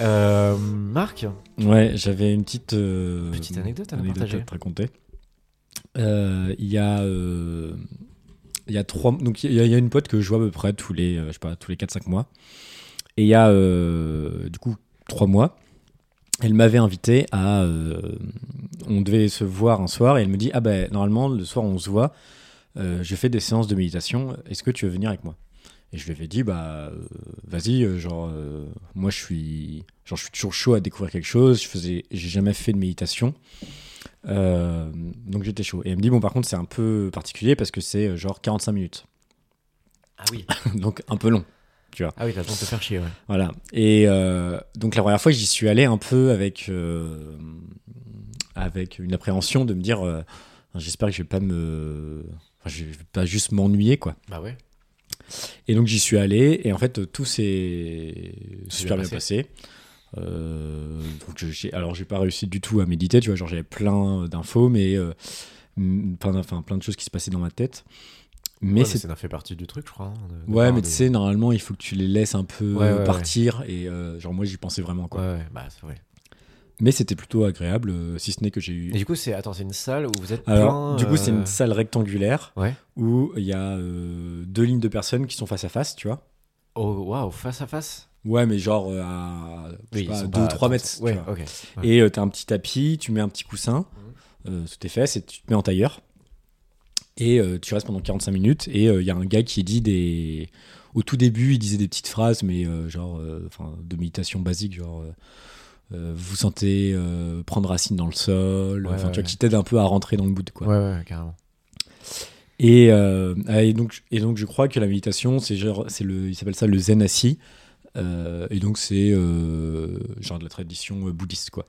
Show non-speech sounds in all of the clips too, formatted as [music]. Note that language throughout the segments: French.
Euh, Marc, Ouais, j'avais une petite, euh, Petite anecdote à nous partager. te raconter. Euh, Il y a euh, il y a trois donc il y, a- il y a une pote que je vois à peu près tous les euh, je sais pas tous les 4 5 mois. Et il y a euh, du coup trois mois, elle m'avait invité à euh, on devait se voir un soir et elle me dit ah ben normalement le soir on se voit euh, je fais des séances de méditation, est-ce que tu veux venir avec moi Et je lui avais dit bah euh, vas-y euh, genre euh, moi je suis genre je suis toujours chaud à découvrir quelque chose, je faisais j'ai jamais fait de méditation. Euh, donc j'étais chaud. Et elle me dit bon par contre c'est un peu particulier parce que c'est euh, genre 45 minutes. [laughs] Ah oui. donc un peu long. Ah oui, t'as le temps de te faire chier, ouais. Voilà. Et euh, donc la première fois, j'y suis allé un peu avec, euh, avec une appréhension de me dire, euh, j'espère que je vais pas me, enfin, je vais pas juste m'ennuyer quoi. Bah ouais. Et donc j'y suis allé et en fait euh, tout s'est C'est super bien bien passé. Euh, donc je- j'ai- alors j'ai pas réussi du tout à méditer, tu vois, genre j'avais plein d'infos, mais euh, mm, plein, d'in- enfin, plein de choses qui se passaient dans ma tête. Mais Ouais, c'est ça fait partie du truc, je crois. hein, de- de Ouais, voir mais des- tu sais, normalement, il faut que tu les laisses un peu Ouais, ouais, ouais. partir. Et euh, genre, moi, j'y pensais vraiment, Ouais, quoi. ouais, bah c'est vrai. Mais c'était plutôt agréable, euh, si ce n'est que j'ai eu. Et du coup, c'est attends, c'est une salle où vous êtes [laughs] Alors, plein. du coup, euh, c'est une salle rectangulaire Ouais. où il y a euh, deux lignes de personnes qui sont face à face, tu vois. Oh waouh, face à face. Ouais, mais genre euh, à je sais ils pas, sont deux pas ou à trois 30. mètres. tu Ouais, vois. ok. ouais. Mhm. Et euh, t'as un petit tapis, tu mets un petit coussin euh, sous tes fesses et tu te mets en tailleur. Et euh, tu restes pendant 45 minutes. Et il y a un gars qui dit des. Au tout début, il disait des petites phrases, mais euh, genre. euh, Enfin, de méditation basique, genre. euh, euh, vous sentez euh, prendre racine dans le sol. Ouais, Enfin, ouais, tu vois, ouais. qui t'aide un peu à rentrer dans le bout, quoi. Ouais, ouais, carrément. Et, euh, ah, et donc, et donc, je crois que la méditation, c'est genre, c'est le, il s'appelle ça le zen assis. Euh, et donc, c'est euh, genre de la tradition euh, bouddhiste, quoi.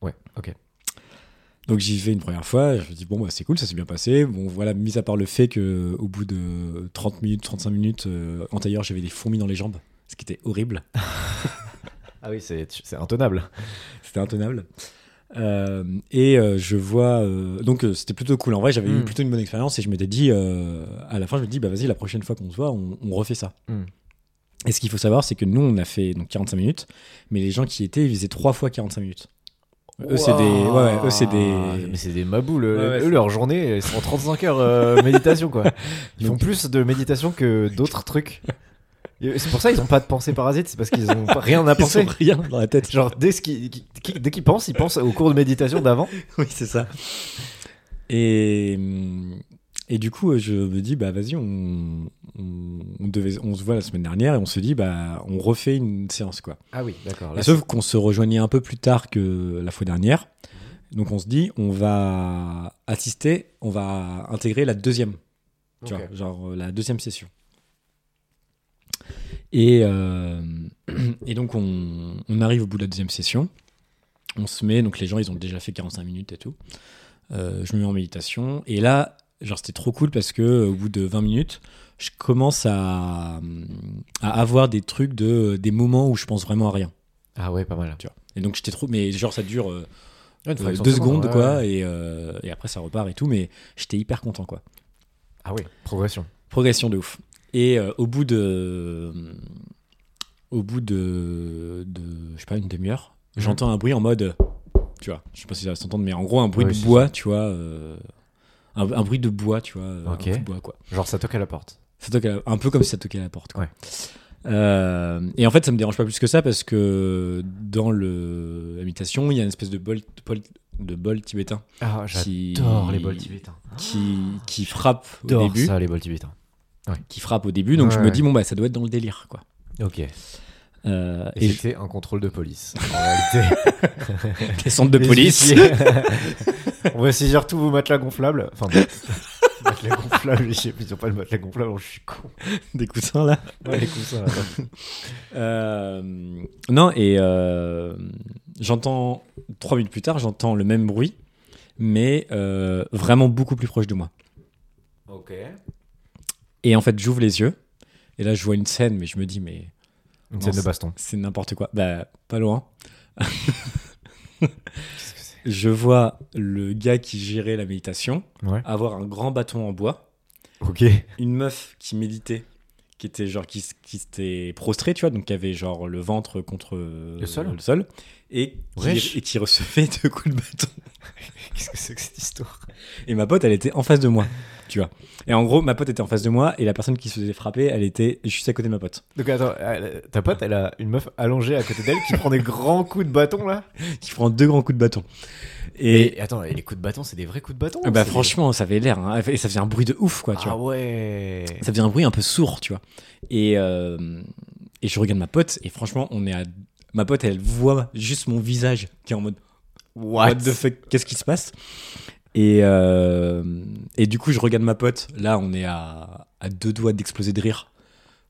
Ouais, ok. Donc j'y vais une première fois, je me dis bon bah c'est cool, ça s'est bien passé. Bon voilà, mis à part le fait que au bout de 30 minutes, 35 minutes euh, en tailleur, j'avais des fourmis dans les jambes, ce qui était horrible, Ah oui, c'est c'est intenable. c'était intenable. Euh, et euh, je vois euh, donc euh, c'était plutôt cool en vrai, j'avais eu Mm. plutôt une bonne expérience et je m'étais dit euh, à la fin je me dis bah vas-y la prochaine fois qu'on se voit, on, on refait ça. Mm. Et ce qu'il faut savoir c'est que nous on a fait donc 45 minutes, mais les gens qui y étaient ils faisaient trois fois 45 minutes. Eux c'est des ouais, ouais, eux Ah, c'est des Mais c'est des maboules. Ouais, ouais, eux, c'est- leur journée, ils sont en 35 heures [laughs] euh, méditation, quoi. Ils font Donc- plus de méditation que d'autres [laughs] trucs. Et C'est pour ça ils ont pas de pensée parasite, c'est parce qu'ils ont pas- rien à [laughs] ils ont penser. rien dans la tête. Genre, dès ce qu'ils qui- qui- dès qu'ils pensent, ils pensent au cours de méditation d'avant. [laughs] Oui, c'est ça. Et, et du coup, je me dis, bah vas-y, on, on, on devait, on se voit la semaine dernière et on se dit, bah on refait une séance, quoi. Ah oui, d'accord. Et sauf qu'on se rejoignait un peu plus tard que la fois dernière. Donc on se dit, on va assister, on va intégrer la deuxième, tu vois, genre euh, la deuxième session. Et, euh, [clears throat] et donc on, on arrive au bout de la deuxième session, on se met, donc les gens ils ont déjà fait 45 minutes et tout. Euh, je me mets en méditation et là, genre c'était trop cool parce que euh, au bout de 20 minutes, je commence à, à avoir des trucs de des moments où je pense vraiment à rien. Ah ouais, pas mal. Et donc j'étais trop. Mais genre ça dure euh, Ouais, une euh, fraction deux de seconde, secondes ouais, quoi. ouais. Et, euh, et après ça repart et tout. Mais j'étais hyper content quoi. Ah oui, progression. Progression de ouf. Et euh, au bout de. Au bout de. de je sais pas, une demi-heure, Mhm. j'entends un bruit en mode. Tu vois, je sais pas si ça va s'entendre, mais en gros un bruit Ouais, de si, bois, tu vois. euh, un, un bruit de bois, tu vois. euh, un Ok. coup de bois quoi. Genre, ça toque à la porte. Ça toque à la- un peu comme si ça toquait à la porte. quoi. Ouais. Euh, et en fait, ça me dérange pas plus que ça parce que dans le, la méditation, il y a une espèce de bol, bol- de bol tibétain Ah, qui, j'adore les bols tibétains. qui, qui frappe au J'adore début. ça, les bols tibétains. Qui frappe au début, donc je Ouais, me ouais. dis, bon, bah, ça doit être dans le délire. quoi. Ok. Et, Euh, et je- c'était un contrôle de police. [laughs] En réalité. les [laughs] centres de Les police. huissiers. [laughs] On va saisir tous vos matelas gonflables. Enfin, [laughs] bon, matelas gonflables, je sais plus, ils ont pas le matelas gonflable, je suis con. [laughs] des coussins là. Ouais, les coussins, là. Euh, non, et euh, j'entends, trois minutes plus tard, j'entends le même bruit, mais euh, vraiment beaucoup plus proche de moi. Ok. Et en fait, j'ouvre les yeux. Et là, je vois une scène, mais je me dis, mais Une scène scène de de baston. c'est n'importe quoi. Bah, pas loin. Qu'est-ce que c'est Je vois le gars qui gérait la méditation Ouais. avoir un grand bâton en bois, Ok. une meuf qui méditait, qui était genre qui, s- qui s'était prostré, tu vois, donc qui avait genre le ventre contre le sol le sol et, Wesh. qui, et qui recevait deux coups de bâton. [laughs] Qu'est-ce que c'est que cette histoire Et ma pote, elle était en face de moi, tu vois. Et en gros, ma pote était en face de moi et la personne qui se faisait frapper, elle était juste à côté de ma pote. Donc attends, elle- ta pote, elle a une meuf allongée à côté d'elle qui prend des grands coups de bâton là. Qui prend deux grands coups de bâton. Et, Et attends, et les coups de bâton, c'est des vrais coups de bâton bah c'est- franchement, ça avait l'air, hein. et ça faisait un bruit de ouf, quoi, tu vois. Ah ouais. ça faisait un bruit un peu sourd, tu vois. Et, euh, et je regarde ma pote, et franchement, on est à. Ma pote, elle voit juste mon visage qui est en mode What, the fuck, qu'est-ce qui se passe et, euh, et du coup, je regarde ma pote. Là, on est à, à deux doigts d'exploser de rire.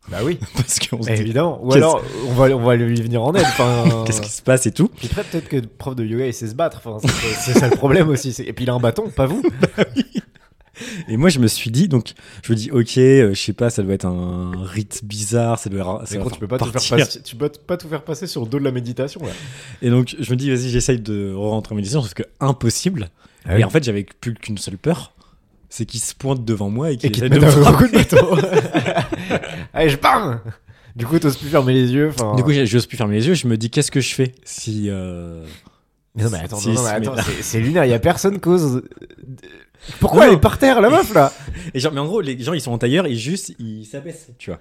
[laughs] Bah oui, Parce qu'on se dit évidemment. Ou Qu'est-ce- alors, on va, on va lui venir en aide. Enfin, [laughs] qu'est-ce qui se passe et tout. Puis après, peut-être que le prof de yoga, il sait se battre. Enfin, c'est- c'est ça le problème aussi. c'est- Et puis il a un bâton, pas [laughs] vous. Et moi, je me suis dit, donc, je me dis, ok, euh, je sais pas, ça doit être un rite bizarre. Ça doit, ça Mais doit gros, tu peux pas tout partir. faire passer, tu peux pas tout faire passer sur le dos de la méditation là. Et donc, je me dis, vas-y, j'essaye de rentrer en méditation, parce que impossible. Ah oui. Et en fait, j'avais plus qu'une seule peur, c'est qu'il se pointe devant moi et Et qu'il qui te essaie de met me un gros frapper. coup de bâton. Allez, je pars [laughs] Du coup, t'oses plus fermer les yeux. Enfin, Du coup, j'ai- j'ose plus fermer les yeux. Je me dis, qu'est-ce que je fais si euh, Mais non, mais attends, Si, non, non, si, mais mais attends, là- c'est- c'est lunaire, il y a personne cause. Pourquoi Non. elle est par terre, la meuf, là Et genre, mais en gros, les gens ils sont en tailleur, ils juste ils s'abaissent, tu vois.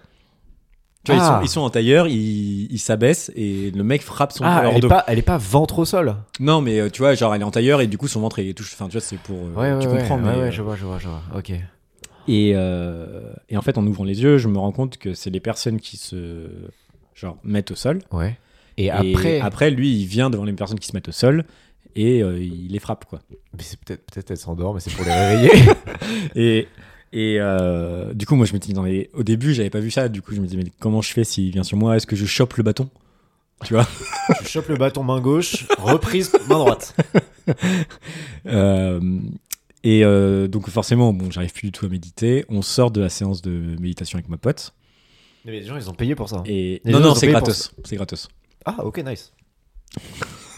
Tu vois, Ah. ils, sont, ils sont en tailleur, ils ils s'abaissent et le mec frappe son leur Ah, elle est, dos. pas, elle est pas ventre au sol. Non, mais euh, tu vois, genre elle est en tailleur et du coup son ventre il touche. Enfin, tu vois, c'est pour. euh, tu comprends, mais, euh, vois, je vois, je vois. Ok. Et, euh, et en fait, en ouvrant les yeux, je me rends compte que c'est les personnes qui se genre mettent au sol. Ouais. Et, Et après. lui, il vient devant les personnes qui se mettent au sol et euh, il les frappe, quoi. Mais c'est peut-être, peut-être elle s'endort, mais c'est pour les [laughs] réveiller. Et, et euh, du coup, moi, je me dis, non, mais au début, j'avais pas vu ça. Du coup, je me dis, mais comment je fais s'il vient sur moi Est-ce que je chope le bâton [laughs] je chope le bâton main gauche, reprise main [laughs] droite. Euh, Et euh, donc, forcément, bon, j'arrive plus du tout à méditer. On sort de la séance de méditation avec ma pote. Mais les gens, ils ont payé pour ça. Et Les non, gens non, ont c'est payé gratos. C'est gratos. Ah, ok, nice.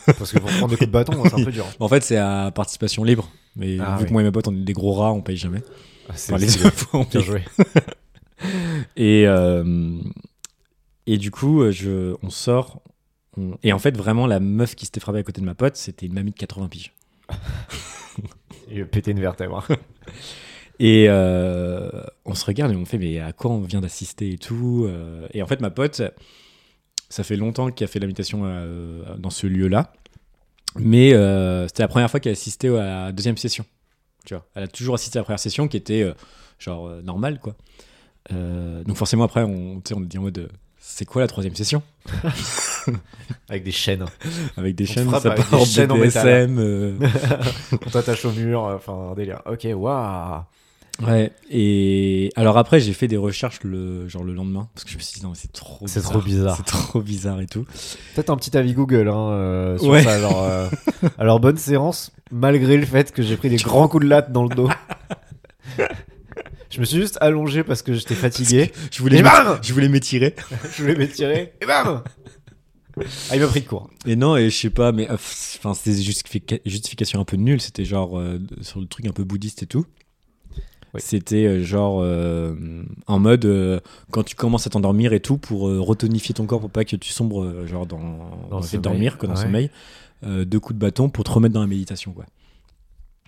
Parce que pour prendre des coups de bâton, c'est un peu dur. En fait, c'est à participation libre. Mais Ah, vu oui. que moi et ma pote, on est des gros rats, on paye jamais. Ah, C'est Enfin, les deux fois, [laughs] on bien paye joué. Et, euh, et du coup, euh, je, on sort. on- et en fait, vraiment, la meuf qui s'était frappée à côté de ma pote, c'était une mamie de 80 piges. Il a pété une vertèbre. hein, Et euh, on se regarde et on fait, mais à quoi on vient d'assister et tout. euh, et en fait, ma pote, ça fait longtemps qu'elle a fait de la méditation euh, dans ce lieu-là. Mais euh, c'était la première fois qu'elle assistait à la deuxième session. Tu vois, elle a toujours assisté à la première session qui était euh, genre euh, normale, quoi. Euh, donc forcément, après, on, tu sais, on dit en mode, euh, c'est quoi la troisième session Avec des chaînes. Avec des On te chaînes, frappe ça avec part des chaînes en hein. BDSM, euh, [laughs] On t'attache au mur, euh, enfin, un délire. Ok, waouh. ouais. Et alors après, j'ai fait des recherches le genre le lendemain parce que je me suis dit non mais c'est trop C'est trop bizarre. c'est trop bizarre et tout. Peut-être un petit avis Google hein, euh, sur Ouais. ça. Alors, [laughs] euh, alors, bonne séance, malgré le fait que j'ai pris des grands coups de latte dans le [laughs] dos. Je me suis juste allongé parce que j'étais fatigué. Je voulais Et m'é- bam je voulais m'étirer. Je voulais m'étirer. Et bam Ah, il m'a pris de court. Et non et je sais pas mais euh, pff, enfin c'était des justifica- justifications un peu nulles. C'était genre euh, sur le truc un peu bouddhiste et tout. Oui. C'était euh, genre euh, en mode euh, quand tu commences à t'endormir et tout pour euh, retonifier ton corps pour pas que tu sombres euh, genre dans, dans le sommeil, fait de dormir que dans le ouais. sommeil euh, deux coups de bâton pour te remettre dans la méditation quoi.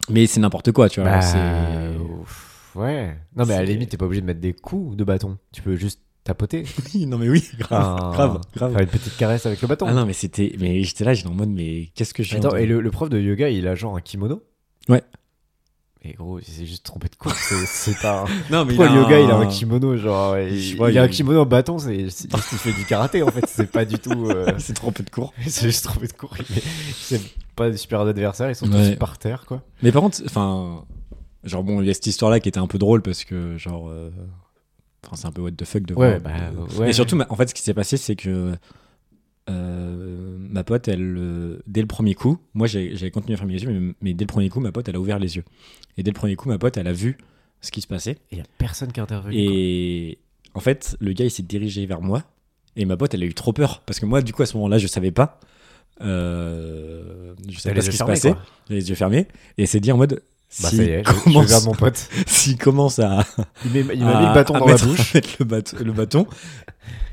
Mais c'est n'importe quoi tu vois. Bah, c'est- ouf, ouais. Non, mais à la c'est- limite, t'es pas obligé de mettre des coups de bâton. Tu peux juste tapoter. Oui, non mais oui grave Enfin, grave grave. Faire une petite caresse avec le bâton. Ah non mais c'était mais j'étais là j'étais en mode mais qu'est-ce que j'ai Attends, entendu et le, le prof de yoga, il a genre un kimono Ouais. Mais gros, il s'est juste trompé de cours. c'est- C'est pas. un- non mais Pourquoi le yoga, il a un un- kimono, genre, il, Je vois, il a il- un kimono en bâton, c'est c'est juste il fait du karaté en fait, c'est pas du tout. euh, [laughs] il s'est trompé de cours. c'est juste trompé de cours, il est- c'est pas des super adversaires, ils sont Ouais. tous par terre quoi. Mais par contre enfin genre bon il y a cette histoire là qui était un peu drôle parce que genre euh, enfin c'est un peu what the fuck de voir- bah, Et surtout, ma- en fait, ce qui s'est passé, c'est que euh, ma pote, elle, euh, dès le premier coup, moi j'ai- j'avais continué à fermer les yeux, mais, mais dès le premier coup, ma pote, elle a ouvert les yeux. Et dès le premier coup, ma pote, elle a vu ce qui se passait. il y a personne qui intervient. Et en fait, le gars, il s'est dirigé vers moi. Et ma pote, elle a eu trop peur. Parce que moi, du coup, à ce moment-là, je savais pas. Euh, je savais pas ce qui se passait. J'avais les yeux fermés. Et elle s'est dit en mode Bah, s'il ça y est, je- je commence- regarde [laughs] mon pote. s'il commence à, Il m'est- il m'a à- mis le bâton à dans la mettre- bouche. à [laughs] mettre le, bâton- le bâton.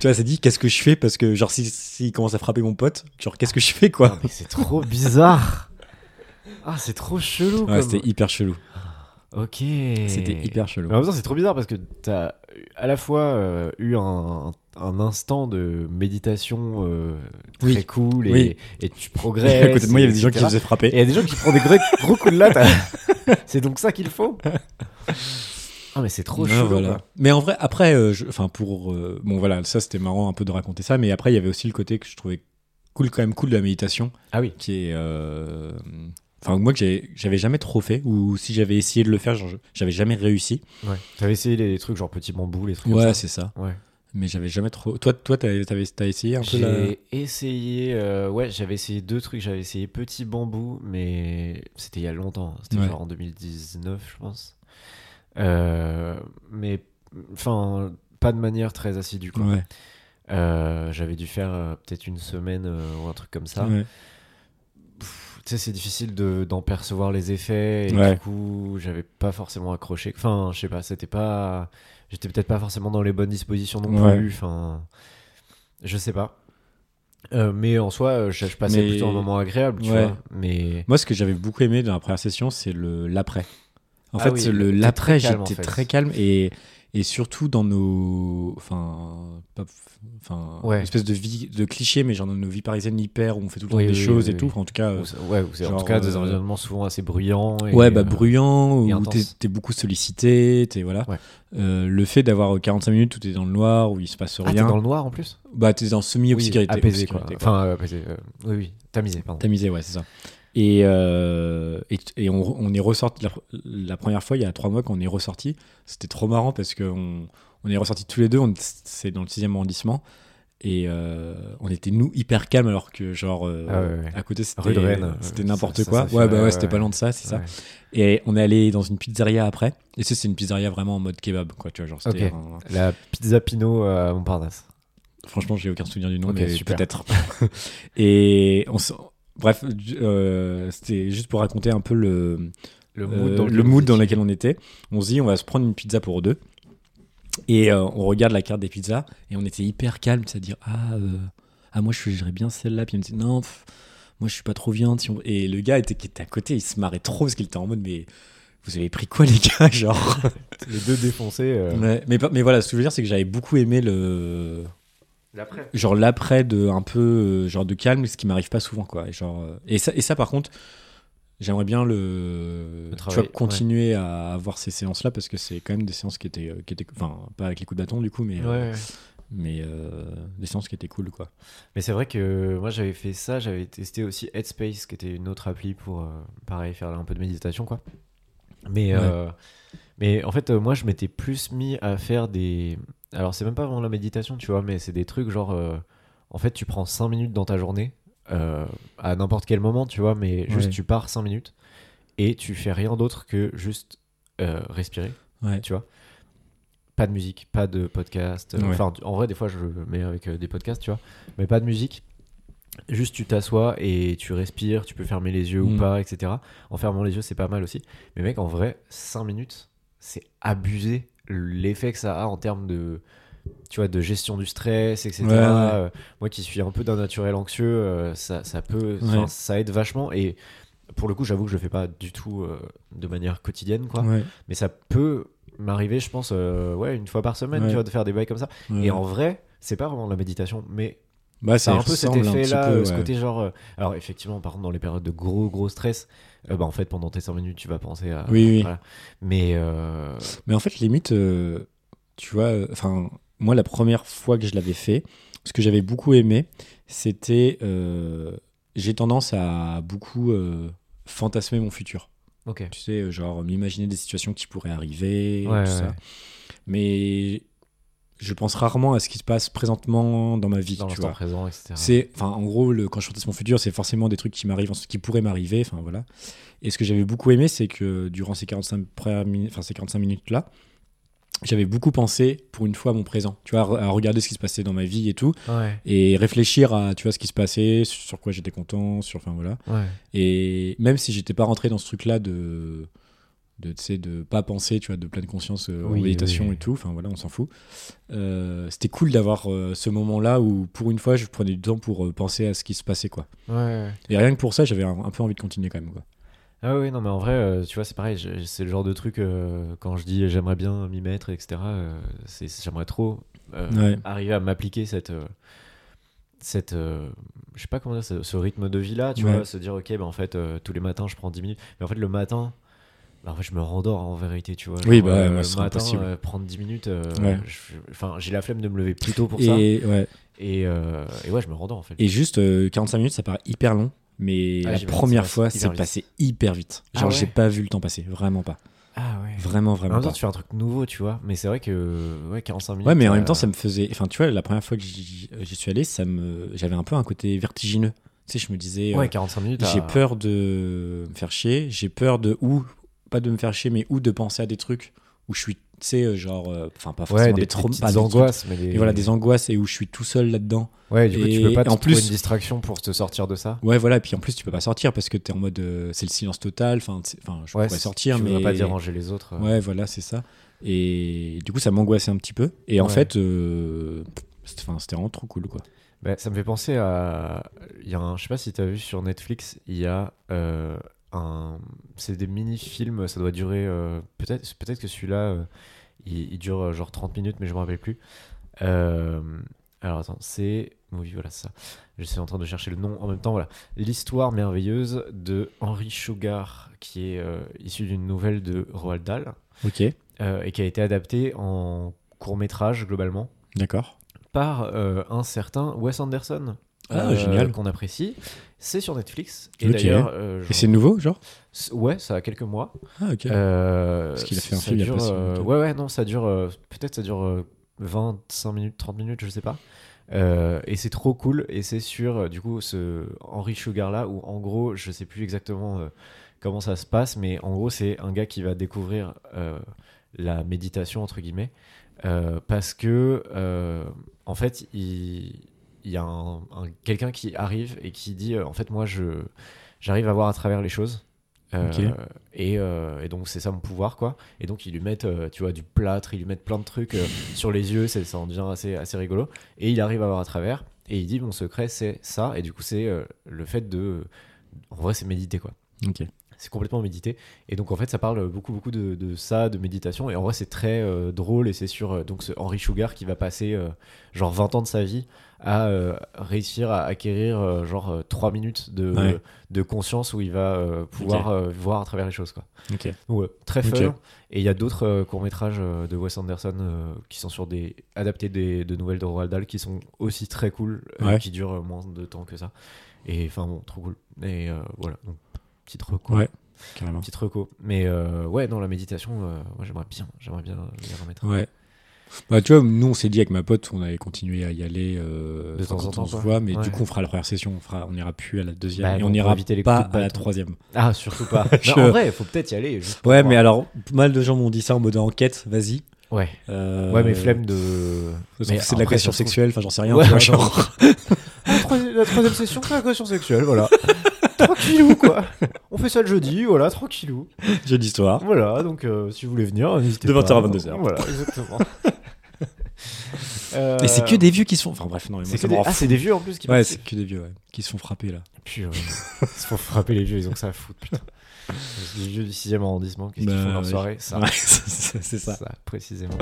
tu vois, c'est dit, qu'est-ce que je fais Parce que, genre, s'il si, s'il commence à frapper mon pote, genre, qu'est-ce que je fais, Ah, quoi mais c'est trop bizarre. Ah, c'est trop chelou. Ouais, comme- c'était hyper chelou. Ok. C'était hyper chelou. Mais en même temps, c'est trop bizarre parce que t'as à la fois euh, eu un, un instant de méditation euh, très Oui. cool et, Oui. et tu [laughs] à progresses. côté de moi, il y avait des gens qui se etc. faisaient Et il frapper. y a des gens qui prennent des gros, gros coups de latte. [laughs] c'est donc ça qu'il [laughs] faut. Ah, mais c'est trop Ouais, chelou. voilà. quoi. Mais en vrai, après, euh, je- enfin pour euh, bon voilà, ça c'était marrant un peu de raconter ça, mais après il y avait aussi le côté que je trouvais cool quand même cool de la méditation, Ah oui. qui est euh, enfin moi que j'ai- j'avais jamais trop fait ou si j'avais essayé de le faire, genre, je- j'avais jamais réussi. Ouais. T'avais essayé les trucs genre petit bambou, les trucs Ouais, comme ça. c'est ça. Ouais. Mais j'avais jamais trop. Toi, toi, t'avais, t'avais- t'as essayé un peu la. J'ai essayé, euh, ouais, j'avais essayé deux trucs. J'avais essayé Petit Bambou, mais c'était il y a longtemps. C'était Ouais. genre en 2019, je pense. Euh, mais, enfin, pas de manière très assidue, quoi. Ouais. Euh, j'avais dû faire euh, peut-être une semaine euh, ou un truc comme ça. Ouais. Tu sais, c'est difficile de, d'en percevoir les effets. Et Ouais. du coup, j'avais pas forcément accroché. Enfin, je sais pas, c'était pas. J'étais peut-être pas forcément dans les bonnes dispositions non Ouais. plus. Enfin, je sais pas. Euh, mais en soi, euh, je, je passais Mais- plutôt un moment agréable, tu Ouais. vois. Mais. Moi, ce que j'avais beaucoup aimé dans la première session, c'est le l'après. En Ah fait, oui, le t'es l'après, très calme, en j'étais fait. très calme et et surtout dans nos, enfin, pas- enfin, Ouais. une espèce de vie de cliché, mais genre dans nos vies parisiennes hyper où on fait tout le temps Oui, des oui, choses oui, et oui. tout. Enfin, en tout cas, euh, ou c'est- ouais, ou c'est en genre, tout cas des euh, environnements souvent assez bruyants. Et, ouais, bah euh, bruyant et où intense. t'es t'es beaucoup sollicité, t'es voilà. Ouais. Euh, le fait d'avoir 45 minutes où t'es dans le noir, où il se passe Ah, t'es rien, dans le noir en plus bah t'es dans semi obscurité, Oui, apaisé, quoi. obscurité, quoi. Enfin, euh, apaisé. euh, oui, oui, tamisé, pardon. Tamisé, ouais, c'est ça. Et, euh, et, et on, on est ressorti la, la première fois, il y a trois mois, qu'on est ressorti. C'était trop marrant parce qu'on on est ressorti tous les deux, on- c'est dans le 6 arrondissement. Et euh, on était, nous, hyper calmes alors que, genre, euh, Ah ouais, ouais. à côté, c'était Rue de Rennes, c'était euh, n'importe ça- ça quoi. s'affiche, ouais, bah ouais, ouais, ouais, c'était pas ouais. loin de ça, c'est ça. Ouais. Et on est allé dans une pizzeria après. Et ça, c'est une pizzeria vraiment en mode kebab, quoi. Tu vois, genre, c'était Ok. un- La pizza Pinot euh, à Montparnasse. Franchement, j'ai aucun souvenir du nom, Ok, mais super. peut-être. [laughs] et on s- Bref, euh, c'était juste pour raconter un peu le, Le euh, le mood dans lequel on était. On se dit, on va se prendre une pizza pour deux. Et euh, on regarde la carte des pizzas et on était hyper calme, c'est-à-dire ah, euh, ah moi je choisirais bien celle-là. Puis il me dit non, pff, moi je suis pas trop viande. si on- Et le gars était, qui était à côté, il se marrait trop parce qu'il était en mode mais vous avez pris quoi les gars [laughs] genre. Les deux défoncés. euh, Ouais, mais pas- mais voilà, ce que je veux dire c'est que j'avais beaucoup aimé le L'après. genre l'après de un peu euh, genre de calme ce qui m'arrive pas souvent quoi et genre euh, et ça et ça par contre j'aimerais bien le, tu travailler, vois, continuer à avoir ces séances là parce que c'est quand même des séances qui étaient euh, qui étaient enfin pas avec les coups de bâton du coup mais Ouais, euh, ouais. mais euh, des séances qui étaient cool quoi Mais c'est vrai que moi j'avais fait ça, j'avais testé aussi Headspace qui était une autre appli pour euh, pareil faire un peu de méditation quoi. Mais Ouais. euh, mais en fait euh, moi je m'étais plus mis à faire des alors c'est même pas vraiment la méditation tu vois mais c'est des trucs genre euh, en fait tu prends 5 minutes dans ta journée euh, à n'importe quel moment tu vois mais juste Ouais. tu pars 5 minutes et tu fais rien d'autre que juste euh, respirer ouais tu vois pas de musique pas de podcast euh, Ouais. enfin en vrai des fois je mets avec euh, des podcasts tu vois mais pas de musique juste tu t'assois et tu respires tu peux fermer les yeux Mm. ou pas etc en fermant les yeux c'est pas mal aussi mais mec en vrai 5 minutes c'est abusé l'effet que ça a en termes de tu vois de gestion du stress etc Ouais, ouais. Euh, moi qui suis un peu d'un naturel anxieux euh, ça, ça peut enfin, Ouais. ça aide vachement et pour le coup j'avoue que je le fais pas du tout euh, de manière quotidienne quoi ouais, mais ça peut m'arriver, je pense, euh, ouais, une fois par semaine, Ouais. tu vois, de faire des bails comme ça. ouais. Et en vrai, c'est pas vraiment de la méditation, mais bah c'est ça un peu cet ressemble un petit effet-là, peu, euh, ce ouais. côté genre. euh, alors effectivement, par contre, dans les périodes de gros gros stress, euh, bah en fait, pendant tes 5 minutes, tu vas penser à. oui oui Voilà. Mais euh, Mais en fait, limite, euh, tu vois, euh, enfin, moi, la première fois que je l'avais fait, ce que j'avais beaucoup aimé, c'était. euh, j'ai tendance à beaucoup euh, fantasmer mon futur. ok. Tu sais, euh, genre m'imaginer des situations qui pourraient arriver, et Ouais, tout ouais. ça. Mais je pense rarement à ce qui se passe présentement dans ma vie, Dans tu l'instant vois. présent, etc. C'est, enfin, en gros, le, quand je fantasme mon futur, c'est forcément des trucs qui m'arrivent, en- qui pourraient m'arriver, enfin voilà. Et ce que j'avais beaucoup aimé, c'est que durant ces 45 premières minutes, enfin ces 45 minutes là, j'avais beaucoup pensé pour une fois à mon présent, tu vois, à re- à regarder ce qui se passait dans ma vie et tout, Ouais, et réfléchir à, tu vois, ce qui se passait, sur quoi j'étais content, sur, enfin voilà. ouais. Et même si j'étais pas rentré dans ce truc là de de tu sais, de pas penser tu vois de pleine conscience euh, en Oui, méditation oui. et tout enfin voilà on s'en fout Euh, c'était cool d'avoir euh, ce moment là où pour une fois je prenais du temps pour euh, penser à ce qui se passait quoi Ouais. et rien que pour ça j'avais un, un peu envie de continuer quand même quoi Ah oui, non, mais en vrai, euh, tu vois, c'est pareil. je- C'est le genre de truc, euh, quand je dis j'aimerais bien m'y mettre, etc., euh, c'est- c'est- j'aimerais trop euh, Ouais. arriver à m'appliquer cette. euh, cette euh, je sais pas comment dire, ce, ce rythme de vie là, tu Ouais. vois, se dire, ok, bah, en fait, euh, tous les matins, je prends 10 minutes. Mais en fait, le matin. bah, en fait, je me rendors en vérité, tu vois. Oui, Genre, bah, euh, moi, le ce serait matin, impossible. euh, prendre 10 minutes. euh, Ouais. je- Enfin, j'ai la flemme de me lever plus tôt pour ça. et ouais Et, euh, et ouais, je me rendors en fait. Et juste euh, 45 minutes, ça paraît hyper long. Mais Ah, la j'imagine, ça première passe fois, hyper c'est vite. passé hyper vite. Ah Genre, j'ai ouais. pas vu le temps passer. Vraiment pas. Ah ouais. Vraiment, En vraiment même temps, pas. tu fais un truc nouveau, tu vois. Mais c'est vrai que ouais, 45 minutes. Ouais, mais en même euh, temps, ça me faisait. Enfin, tu vois, la première fois que j'y j'y suis allé, ça me... j'avais un peu un côté vertigineux. Tu sais, je me disais, euh, Ouais, 45 minutes. j'ai à- peur de me faire chier. J'ai peur de ou, pas de me faire chier, mais ou de penser à des trucs où je suis, tu sais, euh, genre, euh, enfin, pas forcément Ouais, des, des, traumas, petites pas des trucs- angoisses, mais des... Mais voilà, des angoisses et où je suis tout seul là-dedans. Ouais, du coup, tu Et- peux pas et te en trouver plus- une distraction pour te sortir de ça. Ouais, voilà, et puis en plus, tu peux pas sortir parce que t'es en mode euh, c'est le silence total. Enfin, tu sais- enfin, je ouais, pourrais si- sortir, tu mais. voudrais pas déranger les autres. euh. Ouais, voilà, c'est ça. Et du coup, ça m'angoissait un petit peu. Et en Ouais. fait, euh, c'était enfin, c'était vraiment trop cool, quoi. Bah, ça me fait penser à. Il y a un... Je sais pas si t'as vu sur Netflix, il y a euh, un. C'est des mini-films, ça doit durer. euh, Peut-être peut que celui-là, euh, il, il dure euh, genre 30 minutes, mais je me rappelle plus. Euh, Alors attends, c'est. Oui, voilà, c'est ça. Je suis en train de chercher le nom en même temps. Voilà. L'histoire merveilleuse de Henry Sugar, qui est euh, issu d'une nouvelle de Roald Dahl, Ok, euh, et qui a été adaptée en court-métrage globalement d'accord. par euh, un certain Wes Anderson. Ah, euh, génial. Qu'on apprécie. C'est sur Netflix. Et Ok. d'ailleurs, euh, Et genre- c'est nouveau, genre s- ouais, ça a quelques mois. Ah, ok. Euh, Parce qu'il a fait un ça film il y a dure, pas si euh, longtemps. Ouais, ouais, non, ça dure. euh, Peut-être ça dure euh, 25 minutes, 30 minutes, je sais pas. Euh, et c'est trop cool. Et c'est sur, euh, du coup, ce Henry Sugar là, où en gros, je sais plus exactement euh, comment ça se passe, mais en gros, c'est un gars qui va découvrir euh, la méditation, entre guillemets, euh, parce que, euh, en fait, il. il y a un, un- quelqu'un qui arrive et qui dit euh, en fait moi je j'arrive à voir à travers les choses Euh, Ok. et, euh, et donc c'est ça mon pouvoir quoi et donc ils lui mettent euh, tu vois du plâtre ils lui mettent plein de trucs euh, [laughs] sur les yeux c'est ça en devient assez assez rigolo et il arrive à voir à travers et il dit mon secret c'est ça et du coup c'est euh, le fait de en vrai c'est méditer quoi Ok. c'est complètement médité et donc en fait ça parle beaucoup beaucoup de, de ça de méditation et en vrai c'est très euh, drôle et c'est sur euh, donc ce Henry Sugar qui va passer euh, genre 20 ans de sa vie à euh, réussir à acquérir euh, genre 3 minutes de, Ouais. de conscience où il va euh, pouvoir euh, voir à travers les choses quoi Ok. donc, ouais, très Ok. fun et il y a d'autres euh, courts-métrages euh, de Wes Anderson euh, qui sont sur des adaptés des, de nouvelles de Roald Dahl qui sont aussi très cool euh, Ouais. qui durent euh, moins de temps que ça et enfin bon trop cool et euh, voilà donc petite recours Ouais, carrément. Petite reco. Mais euh, ouais, dans la méditation, euh, moi j'aimerais bien, j'aimerais bien les remettre. Ouais. Bah, tu vois, nous, on s'est dit avec ma pote, on allait continuer à y aller euh, De temps quand en temps, on se quoi. voit, mais Ouais. du coup, on fera la première session, on fera, on ira plus à la deuxième, Bah, et non, on pour n'ira éviter les pas coups de à la bâton. troisième. Ah, surtout [laughs] pas. Je- Non, en vrai, faut peut-être y aller. juste pour Ouais, voir. mais alors, pas mal de gens m'ont dit ça en mode enquête, vas-y. Ouais, Euh, ouais mais flemme de. Parce Mais que c'est de après, l'agression ça se trouve- sexuelle, enfin j'en sais rien. Ouais, tu [laughs] vois, ouais, genre. La troisième, la troisième session, c'est agression sexuelle, voilà. [laughs] tranquillou, quoi. On fait ça le jeudi, voilà, tranquillou. J'ai de l'histoire. Voilà, donc euh, si vous voulez venir, n'hésitez De pas. 20h à 22h. Voilà, [laughs] exactement. Euh, Et c'est que des vieux qui sont. Enfin bref, non, mais moi, C'est ça que me des... rend Ah, fou. c'est des vieux en plus qui Ouais, participent. c'est que des vieux, ouais. Qui se font frapper là. Puis, euh, ils se font frapper les vieux, ils ont que ça à foutre, putain. Les vieux du 6 e arrondissement, qu'est-ce qu'ils Bah, font leur ouais. [laughs] soirée Ça, Ouais, c'est c'est- c'est ça. ça, précisément.